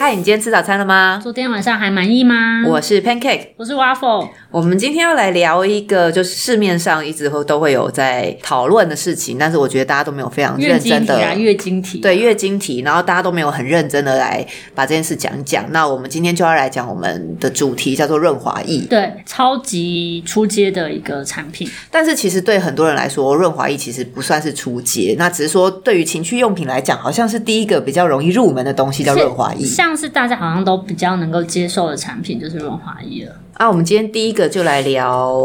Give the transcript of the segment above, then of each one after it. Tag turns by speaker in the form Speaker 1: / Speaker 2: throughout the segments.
Speaker 1: 嗨，你今天吃早餐了吗？
Speaker 2: 昨天晚上还满意吗？
Speaker 1: 我是 Pancake，
Speaker 2: 我是 Waffle，
Speaker 1: 我们今天要来聊一个就是市面上一直会都会有在讨论的事情，但是我觉得大家都没有非常
Speaker 2: 月
Speaker 1: 认真
Speaker 2: 经题
Speaker 1: 的
Speaker 2: 啊，月经题。
Speaker 1: 对月经题，然后大家都没有很认真的来把这件事讲一讲。那我们今天就要来讲我们的主题叫做润滑液，
Speaker 2: 对，超级出街的一个产品，
Speaker 1: 但是其实对很多人来说，润滑液其实不算是初阶，那只是说对于情趣用品来讲，好像是第一个比较容易入门的东西叫润滑液。
Speaker 2: 像是大家好像都比较能够接受的产品就是润滑液了。
Speaker 1: 啊，我们今天第一个就来聊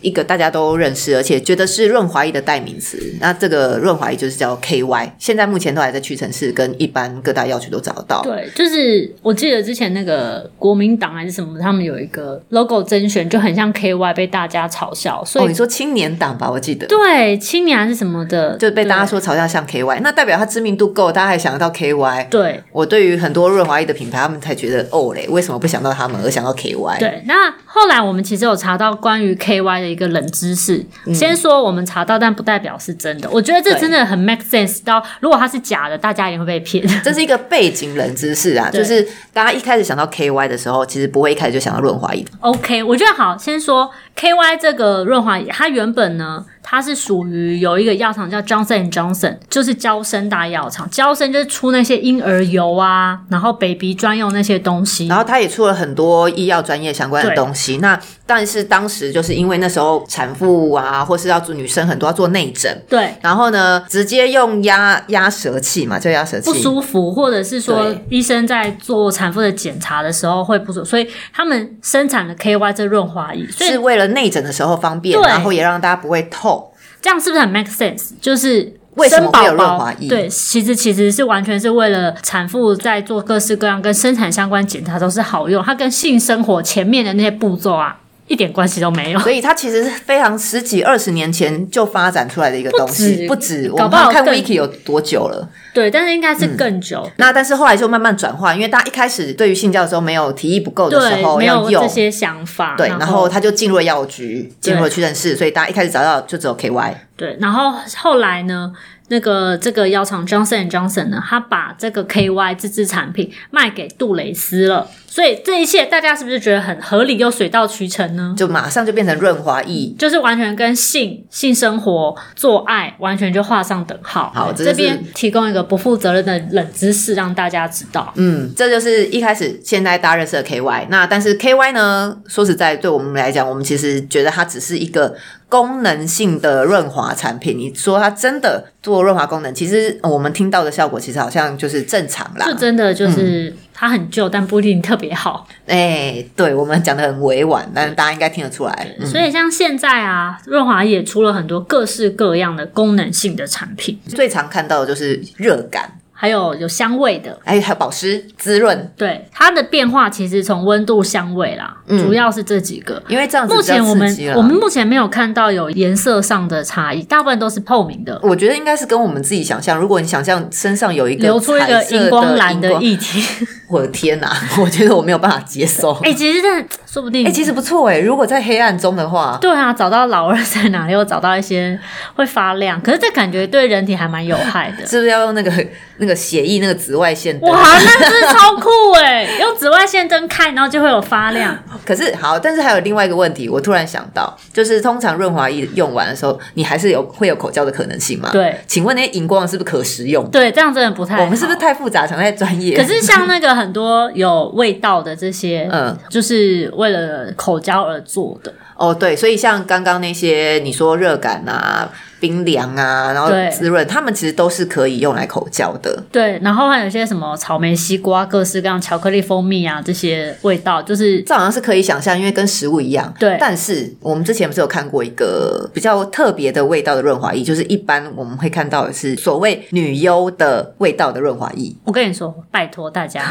Speaker 1: 一个大家都认识，而且觉得是润滑液的代名词。那这个润滑液就是叫 KY，现在目前都还在屈臣氏跟一般各大药局都找得到。
Speaker 2: 对，就是我记得之前那个国民党还是什么，他们有一个 logo 甄选，就很像 KY 被大家嘲笑，所
Speaker 1: 哦，
Speaker 2: 以、
Speaker 1: 你说青年党吧，我记得。
Speaker 2: 对青年还是什么的，
Speaker 1: 就被大家
Speaker 2: 对
Speaker 1: 说嘲笑像 KY，那代表它知名度够，大家还想得到 KY。
Speaker 2: 对。
Speaker 1: 我对于很多润滑液的品牌，他们才觉得哦嘞，为什么不想到他们而想到 KY？，
Speaker 2: 对，那后来我们其实有查到关于 KY 的一个冷知识，
Speaker 1: 嗯
Speaker 2: 先说我们查到，但不代表是真的。我觉得这
Speaker 1: 对
Speaker 2: 真的很 make sense 到，如果它是假的，大家也会被骗。
Speaker 1: 这是一个背景冷知识啊，
Speaker 2: 对
Speaker 1: 就是大家一开始想到 KY 的时候，其实不会一开始就想到润滑液。
Speaker 2: OK，我觉得好，先说 KY 这个润滑液，它原本呢，它是属于有一个药厂叫 Johnson Johnson，就是娇生大药厂，娇生就是出那些婴儿油啊，然后 baby 专用那些东西
Speaker 1: 然。后它也出了很多医药专业相关的
Speaker 2: 对
Speaker 1: 东西。那但是当时就是因为那时候产妇啊，或是要做女生很多要做内诊，
Speaker 2: 对，
Speaker 1: 然后呢，直接用压压舌器嘛，叫压舌器。
Speaker 2: 不舒服，或者是说
Speaker 1: 对
Speaker 2: 医生在做产妇的检查的时候会不舒服，所以他们生产了 KY 这润滑液，所
Speaker 1: 是
Speaker 2: 以
Speaker 1: 为了内诊的时候方便，
Speaker 2: 对
Speaker 1: 然后也让大家不会痛。
Speaker 2: 这样是不是很 make sense？就是。
Speaker 1: 为什么
Speaker 2: 生宝
Speaker 1: 会
Speaker 2: 宝
Speaker 1: 有润滑液
Speaker 2: 对，其实其实是完全是为了产妇在做各式各样跟生产相关检查都是好用，它跟性生活前面的那些步骤啊一点关系都没有。
Speaker 1: 所以它其实是非常十几二十年前就发展出来的一个东西，不
Speaker 2: 不
Speaker 1: 止
Speaker 2: 止
Speaker 1: 我
Speaker 2: 搞
Speaker 1: 们
Speaker 2: 不好
Speaker 1: 看
Speaker 2: 更
Speaker 1: Wiki 有多久了。
Speaker 2: 对，但是应该是更久。
Speaker 1: 那但是后来就慢慢转化，因为大家一开始对于性教的时候没有提议不够的时
Speaker 2: 对，
Speaker 1: 候
Speaker 2: 没
Speaker 1: 要
Speaker 2: 有
Speaker 1: 用
Speaker 2: 这，些想法。
Speaker 1: 对，
Speaker 2: 然
Speaker 1: 然后他就进入了药局，进入了屈臣氏，所以大家一开始找到就只有
Speaker 2: 嗯
Speaker 1: KY。
Speaker 2: 对，然后后来呢，那个这个药厂 Johnson Johnson 呢，他把这个 KY 自制产品卖给杜蕾斯了，所以这一切大家是不是觉得很合理又水到渠成呢？
Speaker 1: 就马上就变成润滑液。
Speaker 2: 就是完全跟性、性生活、做爱完全就画上等号。
Speaker 1: 好这
Speaker 2: 这
Speaker 1: 就是
Speaker 2: 边提供一个不负责任的冷知识让大家知道。
Speaker 1: 嗯，这就是一开始现在大家认识的 KY。那但是 KY 呢，说实在，对我们来讲，我们其实觉得它只是一个功能性的润滑产品。你说它真的做润滑功能，其实呃我们听到的效果其实好像就是正常啦
Speaker 2: 就。真的
Speaker 1: 嗯
Speaker 2: 就是它很旧，但不一定特别好。
Speaker 1: 哎、对我们讲的很委婉，但是大家应该听得出来。嗯
Speaker 2: 所以像现在啊，润滑液出了很多各式各样的功能性的产品，
Speaker 1: 最常看到的就是热感，
Speaker 2: 还有有香味的。
Speaker 1: 哎，还有保湿、滋润，
Speaker 2: 对它的变化，其实从温度、香味啦，主要是这几个。
Speaker 1: 嗯因为这样子
Speaker 2: 目
Speaker 1: 比较
Speaker 2: 前我们
Speaker 1: 刺激了。
Speaker 2: 我们目前没有看到有颜色上的差异，大部分都是透明的，
Speaker 1: 我觉得应该是跟我们自己想象，如果你想象身上有一个
Speaker 2: 流出一
Speaker 1: 彩
Speaker 2: 个
Speaker 1: 色
Speaker 2: 荧光蓝
Speaker 1: 荧
Speaker 2: 的液体。
Speaker 1: 我的天哪、 我觉得我没有办法接受。哎、
Speaker 2: 哎、其实这说不定，
Speaker 1: 其实不错哎、如果在黑暗中的话，
Speaker 2: 对啊，找到老二在哪里，又找到一些会发亮，可是这感觉对人体还蛮有害 的。
Speaker 1: 是不是要用那个那个血液那个紫外线灯？
Speaker 2: 哇，那真是超酷哎！用紫外线灯看，然后就会有发 亮。
Speaker 1: 可是好，但是还有另外一个问题，我突然想到，就是通常润滑液用完的时候，你还是有会有口交的可能性吗？。
Speaker 2: 对
Speaker 1: 请问那些荧光是不是可食用？
Speaker 2: 对，这样真的不太好。
Speaker 1: 我们是不是太复杂，想太专业？
Speaker 2: 可是像那个很多有味道的这些，
Speaker 1: 嗯
Speaker 2: 就是为了口交而做的，
Speaker 1: 哦，对，所以像刚刚那些你说热感啊、冰凉啊，然后
Speaker 2: 对
Speaker 1: 滋润，它们其实都是可以用来口交的。
Speaker 2: 对。然后还有一些什么草莓、西瓜、各式各样巧克力、蜂蜜啊这些味道，就是
Speaker 1: 这好像是可以想象，因为跟食物一样。
Speaker 2: 对
Speaker 1: 但是我们之前不是有看过一个比较特别的味道的润滑液，就是一般我们会看到的是所谓女优的味道的润滑液。
Speaker 2: 我跟你说，拜托大 家，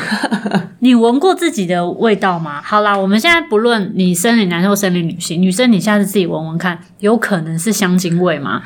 Speaker 2: 你闻过自己的味道吗？好啦，我们现在不论你生理男性或生理女性，女生你下次自己闻闻看，有可能是香精味吗？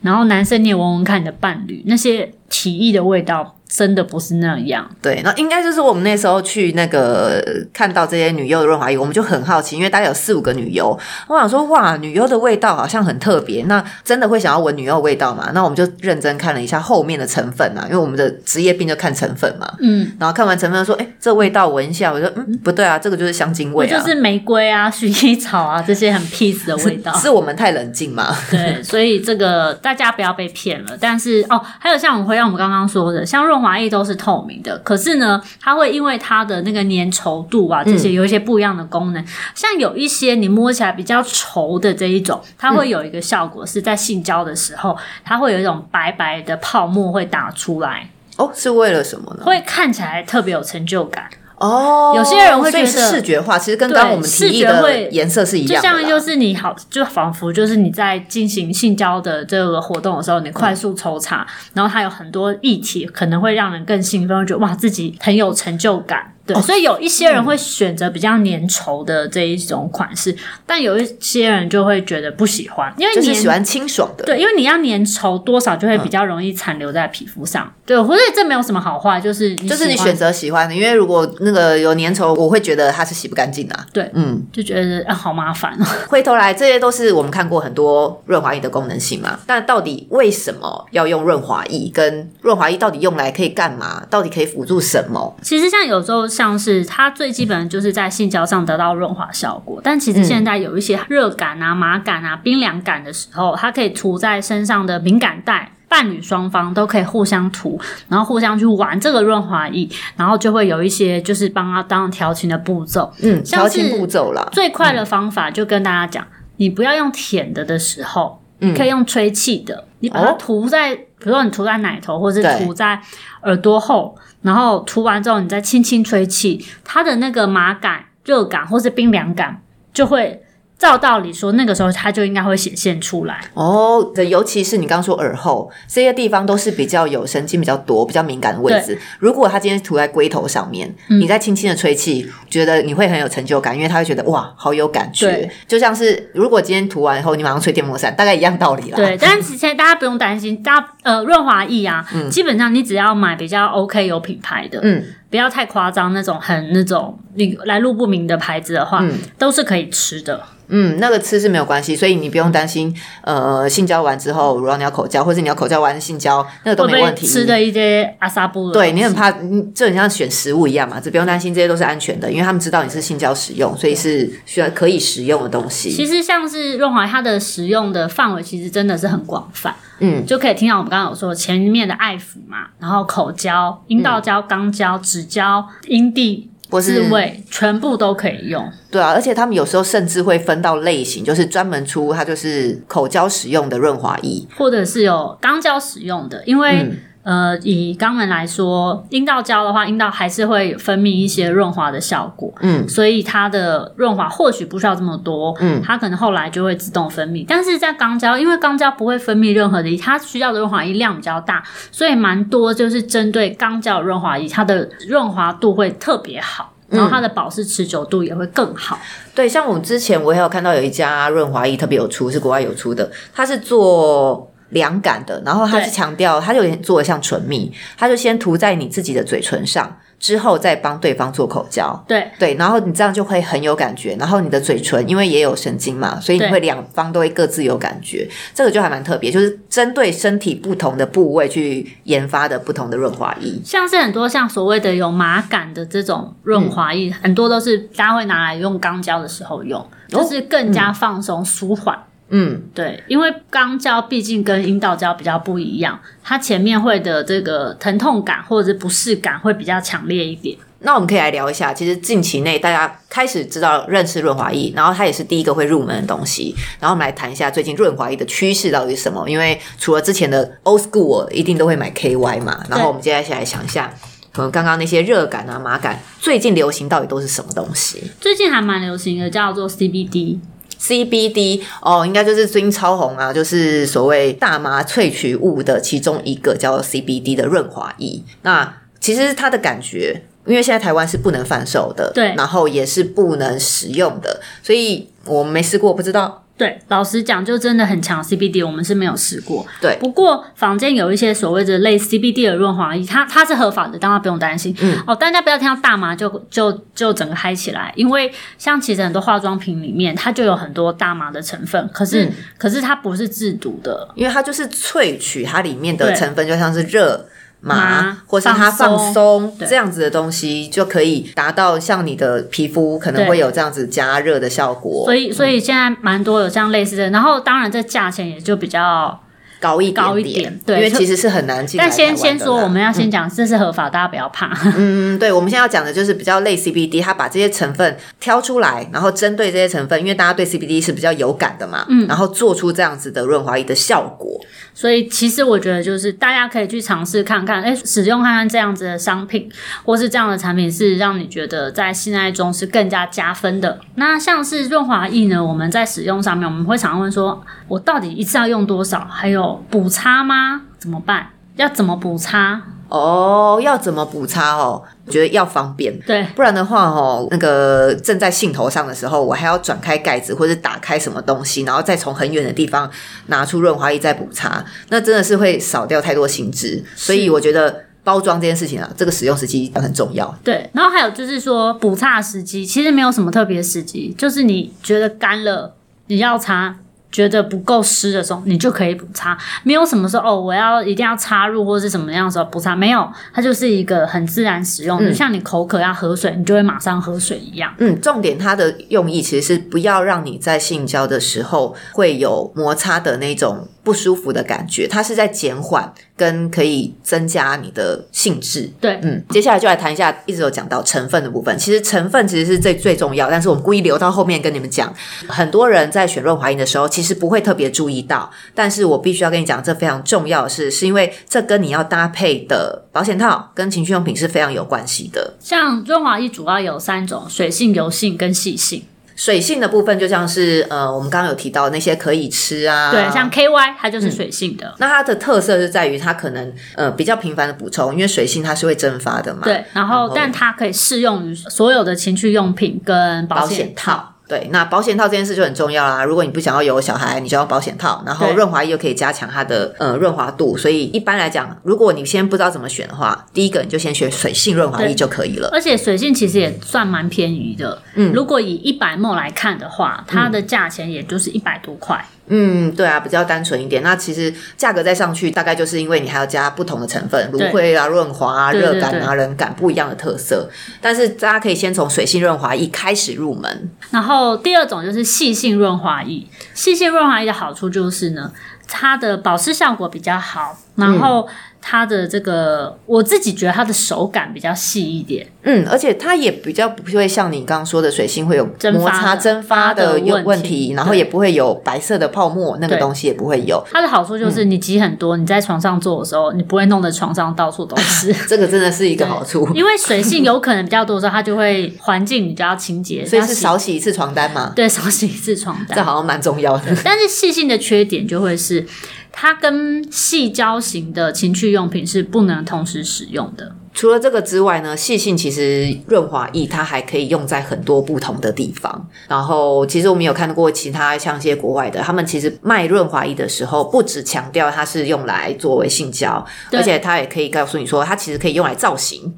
Speaker 2: 然后男生你也闻闻看你的伴侣那些体液的味道，真的不是那样。
Speaker 1: 对，那应该就是我们那时候去那个呃看到这些女优的润滑液，我们就很好奇，因为大概有四五个女优，我想说哇，女优的味道好像很特别，那真的会想要闻女优的味道嘛？那我们就认真看了一下后面的成分啊，因为我们的职业病就看成分嘛。
Speaker 2: 嗯，
Speaker 1: 然后看完成分说，哎，这味道闻一下，我说嗯不对啊，这个就是香精味
Speaker 2: 就
Speaker 1: 啊，
Speaker 2: 是玫瑰啊、薰衣草啊这些很 peace 的味 道。
Speaker 1: 是我们太冷静 嘛？
Speaker 2: 对，所以这个大家不要被骗了。但是哦，还有像我们回到我们刚刚说的，像润滑液都是透明的，可是呢，它会因为它的那个粘稠度啊，这些有一些不一样的功能。像有一些你摸起来比较稠的这一种，它会有一个效果是在性交的时候，它会有一种白白的泡沫会打出来，
Speaker 1: 哦，是为了什么呢？
Speaker 2: 会看起来特别有成就感。
Speaker 1: 哦，
Speaker 2: 有些人会
Speaker 1: 所以
Speaker 2: 觉得
Speaker 1: 视觉化，其实跟刚刚我们提议
Speaker 2: 视觉
Speaker 1: 的
Speaker 2: 会
Speaker 1: 颜色是一
Speaker 2: 就
Speaker 1: 样的啦，
Speaker 2: 像就是你好，就仿佛就是你在进行性交的这个活动的时候，你快速抽查，然后它有很多议题，可能会让人更兴奋，会觉得哇自己很有成就感。
Speaker 1: 哦
Speaker 2: 对，所以有一些人会选择比较粘稠的这一种款式，但有一些人就会觉得不喜欢，因为
Speaker 1: 就是
Speaker 2: 粘
Speaker 1: 喜欢清爽的。
Speaker 2: 对，因为你要粘稠多少就会比较容易残留在皮肤上。对，或者这没有什么好坏，就是就
Speaker 1: 就是你选择喜欢的，因为如果那个有粘稠，我会觉得它是洗不干净的、啊。
Speaker 2: 对
Speaker 1: 嗯，
Speaker 2: 就觉得啊好麻烦哦。
Speaker 1: 回头来，这些都是我们看过很多润滑液的功能性嘛。但到底为什么要用润滑液？跟润滑液到底用来可以干嘛？到底可以辅助什么？
Speaker 2: 其实像有时候像是它最基本的就是在性交上得到润滑效果，但其实现在有一些热感啊、麻感啊、冰凉感的时候，它可以涂在身上的敏感带。伴侣双方都可以互相涂，然后互相去玩这个润滑液，然后就会有一些就是帮他当调情的步骤。
Speaker 1: 嗯，调
Speaker 2: 像是
Speaker 1: 情步骤啦。
Speaker 2: 最快的方法就跟大家讲，你不要用舔的的时候，
Speaker 1: 嗯
Speaker 2: 可以用吹气的，你把它
Speaker 1: 哦
Speaker 2: 涂在，比如说你涂在奶头，或是
Speaker 1: 对
Speaker 2: 涂在耳朵后，然后涂完之后，你再轻轻吹气，它的那个麻感、热感或是冰凉感就会。照道理说，那个时候它就应该会显现出来。
Speaker 1: 哦，对尤其是你刚刚说耳后这些地方都是比较有神经比较多、比较敏感的位置。如果它今天涂在龟头上面，
Speaker 2: 嗯
Speaker 1: 你再轻轻的吹气，觉得你会很有成就感，因为它会觉得哇，好有感觉
Speaker 2: 对。
Speaker 1: 就像是如果今天涂完以后，你马上吹电风扇，大概一样道理啦。
Speaker 2: 对，但是其实大家不用担心，大家呃润滑液啊，基本上你只要买比较 OK 有品牌的，
Speaker 1: 嗯，
Speaker 2: 不要太夸张那种很那种你来路不明的牌子的话，嗯都是可以吃的。
Speaker 1: 嗯，那个吃是没有关系，所以你不用担心。呃，性交完之后，如果你要口交，或是你要口交完性交，那个都
Speaker 2: 会
Speaker 1: 没
Speaker 2: 被
Speaker 1: 问题。
Speaker 2: 吃的一些阿萨布的东西，
Speaker 1: 对你很怕，嗯就很像选食物一样嘛，这不用担心，这些都是安全的，因为他们知道你是性交使用，所以是需要可以食用的东西。
Speaker 2: 其实像是润滑，它的使用的范围其实真的是很广泛，
Speaker 1: 嗯，
Speaker 2: 就可以听到我们刚刚有说前面的爱抚嘛，然后口交、阴道交、肛交、指交、阴蒂、
Speaker 1: 或是
Speaker 2: 自慰，全部都可以用。
Speaker 1: 对啊，而且他们有时候甚至会分到类型，就是专门出它就是口交使用的润滑液。
Speaker 2: 或者是有肛交使用的，因为、呃，以肛门来说，阴道胶的话，阴道还是会分泌一些润滑的效果，
Speaker 1: 嗯，
Speaker 2: 所以它的润滑或许不需要这么多，嗯，它可能后来就会自动分泌。但是在肛交，因为肛交不会分泌任何的液，它需要的润滑液量比较大，所以蛮多就是针对肛交的润滑液，它的润滑度会特别好。然后它的保湿持久度也会更好，
Speaker 1: 对，像我们之前我也有看到有一家润滑液特别有出，是国外有出的，它是做。凉感的，然后它是
Speaker 2: 对
Speaker 1: 强调，它有点做的像唇蜜，它就先涂在你自己的嘴唇上，之后再帮对方做口交。
Speaker 2: 对，
Speaker 1: 对，然后你这样就会很有感觉，然后你的嘴唇因为也有神经嘛，所以你
Speaker 2: 对
Speaker 1: 会两方都会各自有感觉，这个就还蛮特别，就是针对身体不同的部位去研发的不同的润滑液。
Speaker 2: 像是很多像所谓的有麻感的这种润滑液，很多都是大家会拿来用钢胶的时候用，就是更加放松、舒缓。
Speaker 1: 嗯，
Speaker 2: 对，因为钢胶毕竟跟阴道胶比较不一样，它前面会的这个疼痛感或者是不适感会比较强烈一点。
Speaker 1: 那我们可以来聊一下，其实近期内大家开始知道认识润滑液，然后它也是第一个会入门的东西。然后我们来谈一下最近润滑液的趋势到底是什么？因为除了之前的 old school，我一定都会买 KY 嘛。然后我们接下来想一下，可能刚刚那些热感啊、麻感，最近流行到底都是什么东西
Speaker 2: 最近还蛮流行的叫做 CBD，
Speaker 1: ？CBD 哦，应该就是最近超红啊，就是所谓大麻萃取物的其中一个叫 CBD 的润滑液。那其实它的感觉，因为现在台湾是不能贩售的，
Speaker 2: 对
Speaker 1: 然后也是不能使用的，所以我没试过，不知道。
Speaker 2: 对，老实讲，就真的很强 CBD，我们是没有试过。
Speaker 1: 对
Speaker 2: 不过坊间有一些所谓的类 CBD 的润滑液，它它是合法的，大家不用担心。
Speaker 1: 嗯，
Speaker 2: 哦，大家不要听到大麻就就就整个嗨起来，因为像其实很多化妆品里面它就有很多大麻的成分，可是、
Speaker 1: 嗯
Speaker 2: 可是它不是制毒的，
Speaker 1: 因为它就是萃取它里面的
Speaker 2: 对
Speaker 1: 成分，就像是热麻
Speaker 2: 麻
Speaker 1: 或是它
Speaker 2: 放
Speaker 1: 放
Speaker 2: 松
Speaker 1: 松
Speaker 2: 对
Speaker 1: 这样子的东西，就可以达到像你的皮肤可能
Speaker 2: 对
Speaker 1: 会有这样子加热的效果，
Speaker 2: 所以所以现在蛮多有这样类似的。然后当然这价钱也就比较
Speaker 1: 高一
Speaker 2: 高一
Speaker 1: 点
Speaker 2: 点对
Speaker 1: 因为
Speaker 2: 就
Speaker 1: 其实是很难进来
Speaker 2: 但先
Speaker 1: 台湾
Speaker 2: 先
Speaker 1: 的
Speaker 2: 说，
Speaker 1: 啦
Speaker 2: 我们要先讲这是合法，大家不要怕。
Speaker 1: 嗯，对，我们现在要讲的就是比较类 CBD，它把这些成分挑出来，然后针对这些成分，因为大家对 CBD 是比较有感的嘛，嗯，然后做出这样子的润滑液的效果。
Speaker 2: 所以其实我觉得就是大家可以去尝试看看，哎，使用看看这样子的商品或是这样的产品是让你觉得在性爱中是更加加分的。那像是润滑液呢，我们在使用上面我们会常常问说，我到底一次要用多少？还有补擦吗？怎么办？要怎么补擦？
Speaker 1: 哦，要怎么补擦哦？我觉得要方便。
Speaker 2: 对，
Speaker 1: 不然的话，哦，那个正在兴头上的时候，我还要转开盖子或者打开什么东西，然后再从很远的地方拿出润滑液再补擦，那真的是会少掉太多心智。所以我觉得包装这件事情啊，这个使用时机很重要。
Speaker 2: 对，然后还有就是说补擦的时机，其实没有什么特别的时机，就是你觉得干了，你要擦；觉得不够湿的时候，你就可以补擦，没有什么说哦，我要一定要插入或是什么样的时候补擦，没有，它就是一个很自然使用，就像你口渴要喝水，你就会马上喝水一样。
Speaker 1: 嗯，重点它的用意其实是不要让你在性交的时候会有摩擦的那种不舒服的感觉，它是在减缓跟可以增加你的兴致。
Speaker 2: 对，
Speaker 1: 嗯，接下来就来谈一下，一直有讲到成分的部分。其实成分其实是最最重要，但是我们故意留到后面跟你们讲。很多人在选润滑液的时候，其实不会特别注意到，但是我必须要跟你讲，这非常重要的是，是因为这跟你要搭配的保险套跟情趣用品是非常有关系的。
Speaker 2: 像润滑液主要有三种：水性、油性跟细性。
Speaker 1: 水性的部分就像是呃，我们刚刚有提到那些可以吃啊，嗯
Speaker 2: 对，像 KY 它就是水性的。
Speaker 1: 那它的特色是在于它可能呃比较频繁的补充，因为水性它是会蒸发的嘛，，
Speaker 2: 对，然
Speaker 1: 然
Speaker 2: 后
Speaker 1: 后
Speaker 2: 但它可以适用于所有的情趣用品跟
Speaker 1: 保
Speaker 2: 保
Speaker 1: 险
Speaker 2: 险
Speaker 1: 套。对，那保险套这件事就很重要啦。如果你不想要有小孩，你就要保险套，然后
Speaker 2: 对
Speaker 1: 润滑液又可以加强它的呃润滑度。所以一般来讲，如果你先不知道怎么选的话，第一个你就先选水性润滑液
Speaker 2: 对
Speaker 1: 就可以了。
Speaker 2: 而且水性其实也算蛮便宜的，嗯，如果以一百墨来看的话，它的价钱也就是一百多块，
Speaker 1: 嗯，对啊，比较单纯一点。那其实价格再上去，大概就是因为你还要加不同的成分，芦
Speaker 2: 对
Speaker 1: 荟啊、润滑啊、
Speaker 2: 对对
Speaker 1: 热感啊、人感不一样的特色。但是大家可以先从水性润滑液开始入门。
Speaker 2: 然后第二种就是细性润滑液，细性润滑液的好处就是呢，它的保湿效果比较好，然后
Speaker 1: 嗯
Speaker 2: 它的这个我自己觉得它的手感比较细一点，
Speaker 1: 嗯，而且它也比较不会像你刚刚说的水性会有
Speaker 2: 蒸发
Speaker 1: 摩擦
Speaker 2: 的
Speaker 1: 蒸发的有
Speaker 2: 问
Speaker 1: 问
Speaker 2: 题
Speaker 1: 题，然后
Speaker 2: 对
Speaker 1: 也不会有白色的泡沫，那个
Speaker 2: 对
Speaker 1: 东西也不会有。
Speaker 2: 它的好处就是你挤很多，你在床上做的时候，你不会弄得床上到处都 是。
Speaker 1: 这个真的是一个好处，
Speaker 2: 因为水性有可能比较多的时候，它就会环境比较清洁，
Speaker 1: 所以
Speaker 2: 比
Speaker 1: 是
Speaker 2: 较洗
Speaker 1: 少洗一次床单嘛，
Speaker 2: 对少洗一次床单
Speaker 1: 这。好像蛮重要的。
Speaker 2: 但是细性的缺点就会是，它跟细胶型的情趣用品是不能同时使用的。
Speaker 1: 除了这个之外呢，细性其实润滑液它还可以用在很多不同的地方。然后，其实我们有看过其他像一些国外的，他们其实卖润滑液的时候，不只强调它是用来作为性交，
Speaker 2: 对
Speaker 1: 而且它也可以告诉你说，它其实可以用来造型。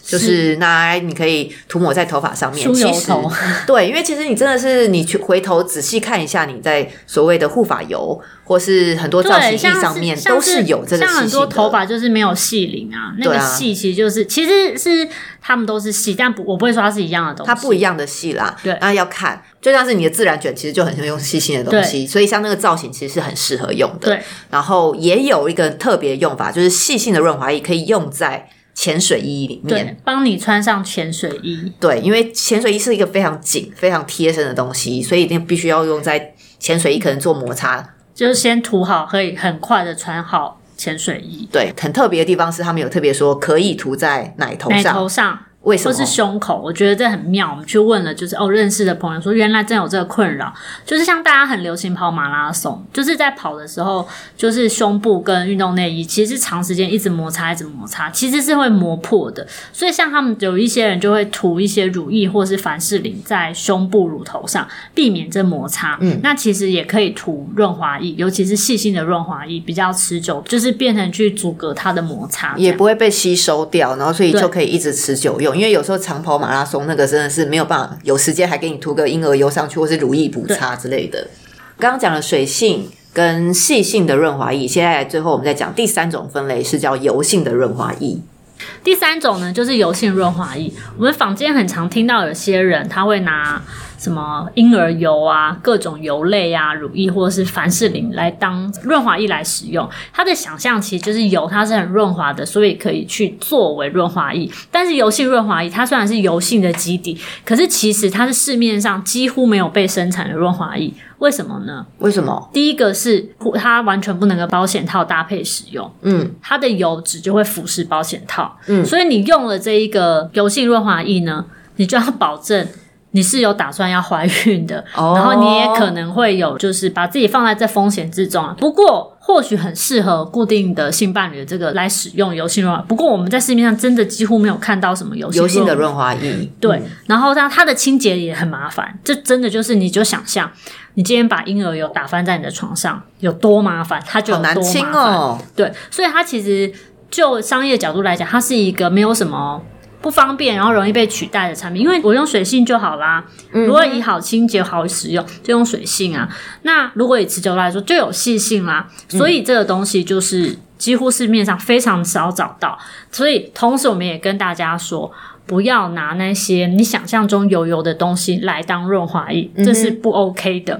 Speaker 1: 就是拿来你可以涂抹在头发上面，
Speaker 2: 梳油
Speaker 1: 其实
Speaker 2: 头
Speaker 1: 对，因为其实你真的是你去回头仔细看一下，你在所谓的护发油或是很多造型
Speaker 2: 对，
Speaker 1: 液
Speaker 2: 像是
Speaker 1: 上面
Speaker 2: 像
Speaker 1: 都是有这个
Speaker 2: 像很
Speaker 1: 细性
Speaker 2: 多
Speaker 1: 的
Speaker 2: 头发就是没有细鳞啊，那
Speaker 1: 对
Speaker 2: 个
Speaker 1: 啊
Speaker 2: 细其实就是其实是它们都是细，但不我不会说它是一样的东西，
Speaker 1: 它不一样的戏啦，
Speaker 2: 对
Speaker 1: 那要看，就像是你的自然卷，其实就很像用细心的东西，所以像那个造型其实是很适合用的。
Speaker 2: 对，
Speaker 1: 然后也有一个特别用法，就是细性的润滑液可以用在潜水衣里面
Speaker 2: 对，，帮你穿上潜水衣。
Speaker 1: 对，因为潜水衣是一个非常紧、非常贴身的东西，所以一定必须要用在潜水衣，可能做摩擦。
Speaker 2: 就是先涂好，可以很快的穿好潜水衣，
Speaker 1: 对，很特别的地方是他们有特别说可以涂在奶头
Speaker 2: 奶
Speaker 1: 上，
Speaker 2: 头上，
Speaker 1: 为什
Speaker 2: 或
Speaker 1: 么？
Speaker 2: 是胸口，我觉得这很妙。我们去问了，就是哦认识的朋友说，原来真有这个困扰，就是像大家很流行跑马拉松，就是在跑的时候，就是胸部跟运动内衣其实是长时间一直摩擦，一直摩擦，其实是会磨破的。所以像他们有一些人就会涂一些乳液或是凡士林在胸部乳头上，避免这摩擦。嗯，那其实也可以涂润滑液，尤其是细心的润滑液比较持久，就是变成去阻隔它的摩擦这样。
Speaker 1: 也不会被吸收掉，然后所以
Speaker 2: 对
Speaker 1: 就可以一直持久用。因为有时候长跑马拉松那个真的是没有办法，有时间还给你涂个婴儿油上去，或是乳液补擦之类的。刚刚讲了水性跟细性的润滑液，现在最后我们再讲第三种分类是叫油性的润滑液。
Speaker 2: 第三种呢，就是油性润滑液。我们坊间很常听到有些人他会拿什么婴儿油啊、各种油类啊、乳液或者是凡士林来当润滑液来使用。它的想象其实就是油，它是很润滑的，所以可以去作为润滑液。但是油性润滑液它虽然是油性的基底，可是其实它是市面上几乎没有被生产的润滑液。为什么呢？
Speaker 1: 为什么？
Speaker 2: 第一个是它完全不能跟保险套搭配使用，
Speaker 1: 嗯，
Speaker 2: 它的油脂就会腐蚀保险套，
Speaker 1: 嗯
Speaker 2: 所以你用了这一个油性润滑液呢，你就要保证你是有打算要怀孕的，
Speaker 1: 哦
Speaker 2: 然后你也可能会有就是把自己放在这风险之中啊。不过或许很适合固定的性伴侣的这个来使用油性润滑，不过我们在市面上真的几乎没有看到什么油性
Speaker 1: 油性的
Speaker 2: 润滑
Speaker 1: 润滑液。
Speaker 2: 对，然后它它的清洁也很麻烦，这真的就是你就想象，你今天把婴儿油打翻在你的床上有多麻烦，它就有
Speaker 1: 好难
Speaker 2: 多
Speaker 1: 清
Speaker 2: 麻烦。
Speaker 1: 哦，
Speaker 2: 对，所以它其实就商业角度来讲，它是一个没有什么不方便，然后容易被取代的产品。因为我用水性就好啦，
Speaker 1: 嗯
Speaker 2: 如果以好清洁、好使用，就用水性啊。那如果以持久来说，就有细性啦。
Speaker 1: 嗯
Speaker 2: 所以这个东西就是几乎市面上非常少找到。所以同时我们也跟大家说。不要拿那些你想象中油油的东西来当润滑液，
Speaker 1: 嗯
Speaker 2: 这是不 OK 的。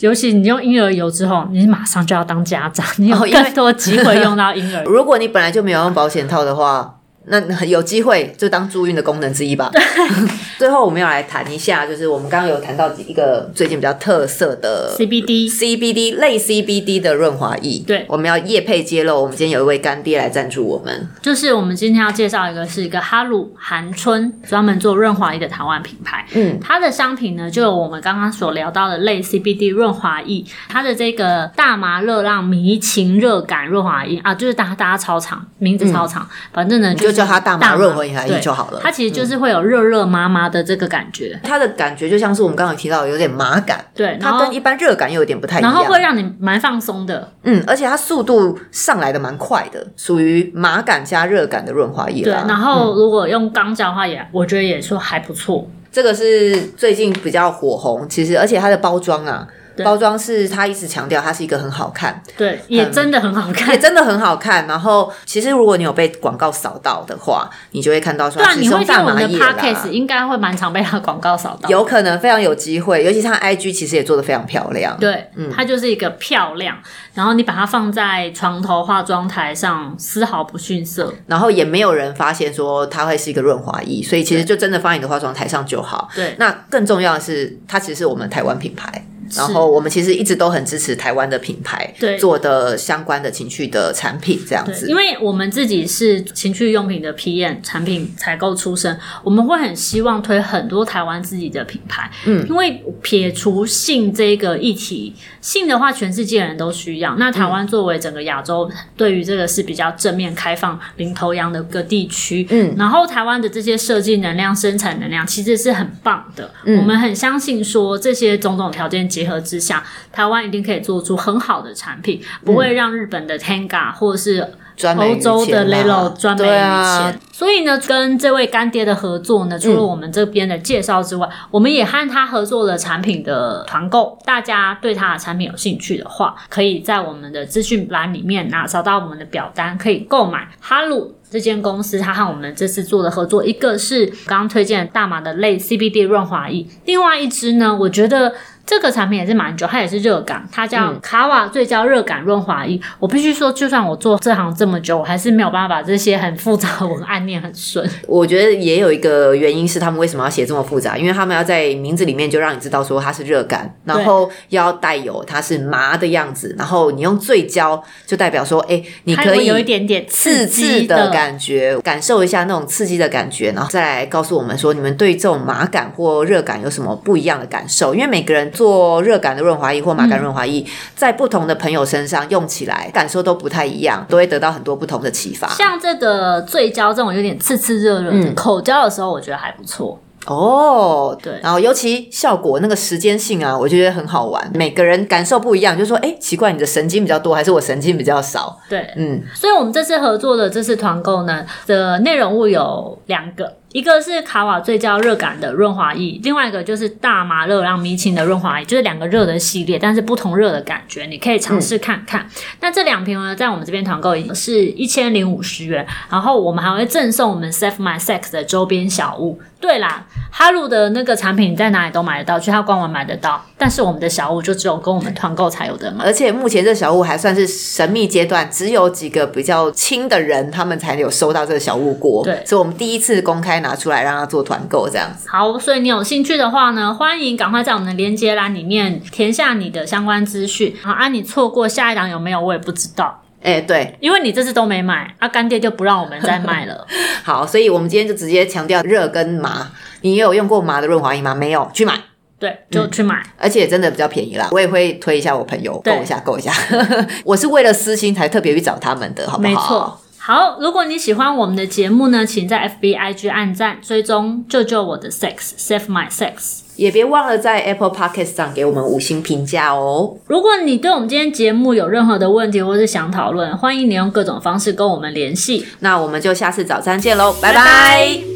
Speaker 2: 尤其你用婴儿油之后，你马上就要当家长，你有
Speaker 1: 哦因为
Speaker 2: 更多机会用到婴儿 油。
Speaker 1: 如果你本来就没有用保险套的话，那那有机会就当助孕的功能之一吧。 最后我们要来谈一下，就是我们刚刚有谈到一个最近比较特色的
Speaker 2: CBD
Speaker 1: CBD 类 CBD 的润滑液。
Speaker 2: 对
Speaker 1: 我们要业配揭露，我们今天有一位干爹来赞助我们。
Speaker 2: 就是我们今天要介绍一个是一个哈鲁韩春专门做润滑液的台湾品牌，
Speaker 1: 嗯，
Speaker 2: 它的商品呢就有我们刚刚所聊到的类 CBD 润滑液，它的这个大麻热浪迷情热感润滑液啊，就是大大家超长名字超长，反正
Speaker 1: 嗯
Speaker 2: 呢
Speaker 1: 你就叫它大麻润滑
Speaker 2: 对
Speaker 1: 液就好了。
Speaker 2: 它其实就是会有热热麻麻的这个感觉，
Speaker 1: 它的感觉就像是我们刚刚有提到，有点麻感，
Speaker 2: 对，然
Speaker 1: 嗯它
Speaker 2: 后
Speaker 1: 跟一般热感又有点不太一
Speaker 2: 然
Speaker 1: 样。
Speaker 2: 后会让你蛮放松的，
Speaker 1: 嗯，而且它速度上来的蛮快的，属于麻感加热感的润滑液
Speaker 2: 对，
Speaker 1: 啦。
Speaker 2: 然后如果用钢胶的话也我觉得也说还不错，
Speaker 1: 这个是最近比较火红，其实而且它的包装啊，
Speaker 2: 对
Speaker 1: 包装是它一直强调它是一个很好看，
Speaker 2: 对，也真的很好看
Speaker 1: 也。真的很好看。然后其实如果你有被广告扫到的话，你就会看到说
Speaker 2: 对啊，
Speaker 1: 它是
Speaker 2: 你会
Speaker 1: 用
Speaker 2: 听
Speaker 1: 大
Speaker 2: 我
Speaker 1: 麻
Speaker 2: 们的
Speaker 1: 叶啦。
Speaker 2: podcast，应该会蛮常被他广告扫到。
Speaker 1: 有可能非常有机会，尤其是它 IG 其实也做的非常漂亮。
Speaker 2: 对，它就是一个漂亮，然后你把它放在床头化妆台上，丝毫不逊色。
Speaker 1: 然后也没有人发现说它会是一个润滑液，所以其实就真的放在你的化妆台上就好。
Speaker 2: 对
Speaker 1: 那更重要的是，它其实是我们台湾品牌，然后我们其实一直都很支持台湾的品牌
Speaker 2: 对
Speaker 1: 做的相关的情趣的产品这样
Speaker 2: 对，
Speaker 1: 子
Speaker 2: 因。为我们自己是情趣用品的 PM 产品采购出身，我们会很希望推很多台湾自己的品牌。嗯，因为撇除性这个议题，性的话全世界人都需要。那台湾作为整个亚洲对于这个是比较正面开放、领头羊的一个地区，嗯，然后台湾的这些设计能量、生产能量其实是很棒的。
Speaker 1: 嗯
Speaker 2: 我们很相信说这些种种条件结合之下，台湾一定可以做出很好的产品，不
Speaker 1: 嗯
Speaker 2: 会让日本的 Tenga 或是
Speaker 1: 专美
Speaker 2: 欧
Speaker 1: 于
Speaker 2: 洲的
Speaker 1: 钱啦
Speaker 2: Lelo 专美于
Speaker 1: 对
Speaker 2: 钱，
Speaker 1: 啊
Speaker 2: 所以呢，跟这位干爹的合作呢，除了我们这边的介绍之外，我们也和他合作了产品的团购。大家对他的产品有兴趣的话，可以在我们的资讯栏里面拿找到我们的表单，可以购买哈鲁。这间公司，它和我们这次做的合作，一个是刚刚推荐的大麻的类 CBD 润滑液，另外一支呢，我觉得这个产品也是蛮久，它也是热感，它叫
Speaker 1: 嗯
Speaker 2: 卡瓦最佳热感润滑液。我必须说，就算我做这行这么久，我还是没有办法把这些很复杂的文案念 很顺。
Speaker 1: 我觉得也有一个原因是他们为什么要写这么复杂，因为他们要在名字里面就让你知道说它是热感，然后要带有它是麻的样子，然后你用醉胶就代表说，哎、你
Speaker 2: 它
Speaker 1: 可
Speaker 2: 会
Speaker 1: 以
Speaker 2: 有一点点
Speaker 1: 刺
Speaker 2: 激
Speaker 1: 激的感觉，感受一下那种刺激的感觉，然后再来告诉我们说你们对这种麻感或热感有什么不一样的感受？因为每个人做热感的润滑液或麻感润滑液，在不同的朋友身上用起来感受都不太一样，都会得到很多不同的启发。
Speaker 2: 像这个醉胶这种有点刺刺热热的，
Speaker 1: 嗯
Speaker 2: 口交的时候我觉得还不错。
Speaker 1: 哦，
Speaker 2: 对
Speaker 1: 然后尤其效果那个时间性啊，我觉得很好玩，每个人感受不一样，就说哎，诶奇怪，你的神经比较多还是我神经比较少？
Speaker 2: 对，
Speaker 1: 嗯，
Speaker 2: 所以我们这次合作的这次团购呢的内容物有两个，一个是卡瓦最佳热感的润滑液，另外一个就是大麻热浪迷情的润滑液，就是两个热的系列，但是不同热的感觉，你可以尝试看看。那这两瓶呢，在我们这边团购是一千零五十元，然后我们还会赠送我们 Save My Sex 的周边小物。对啦，哈鲁的那个产品你在哪里都买得到，去他官网买得到，但是我们的小物就只有跟我们团购才有的买。
Speaker 1: 而且目前这小物还算是神秘阶段，只有几个比较亲的人他们才有收到这个小物过，
Speaker 2: 对
Speaker 1: 所以我们第一次公开拿出来让他做团购这样子。
Speaker 2: 好，所以你有兴趣的话呢，欢迎赶快在我们的连接栏里面填下你的相关资讯。好啊，你错过下一档有没有我也不知道，
Speaker 1: 哎、对，
Speaker 2: 因为你这次都没买，啊，干爹就不让我们再 卖了。
Speaker 1: 好，所以我们今天就直接强调热跟麻。你也有用过麻的润滑液吗？没有，去买。
Speaker 2: 对，就去买。
Speaker 1: 而且真的比较便宜啦，我也会推一下我朋友
Speaker 2: 对
Speaker 1: 购一下购一下。 我是为了私心才特别去找他们的，好嗯不好？
Speaker 2: 没错。。好，如果你喜欢我们的节目呢，请在 FB、IG 按赞、追踪“救救我的 sex save my sex”。
Speaker 1: 也别忘了在 Apple Podcast 上给我们五星评价哦。
Speaker 2: 如果你对我们今天节目有任何的问题或是想讨论，欢迎你用各种方式跟我们联系。
Speaker 1: 那我们就下次早餐见喽，拜
Speaker 2: 拜
Speaker 1: 拜
Speaker 2: 拜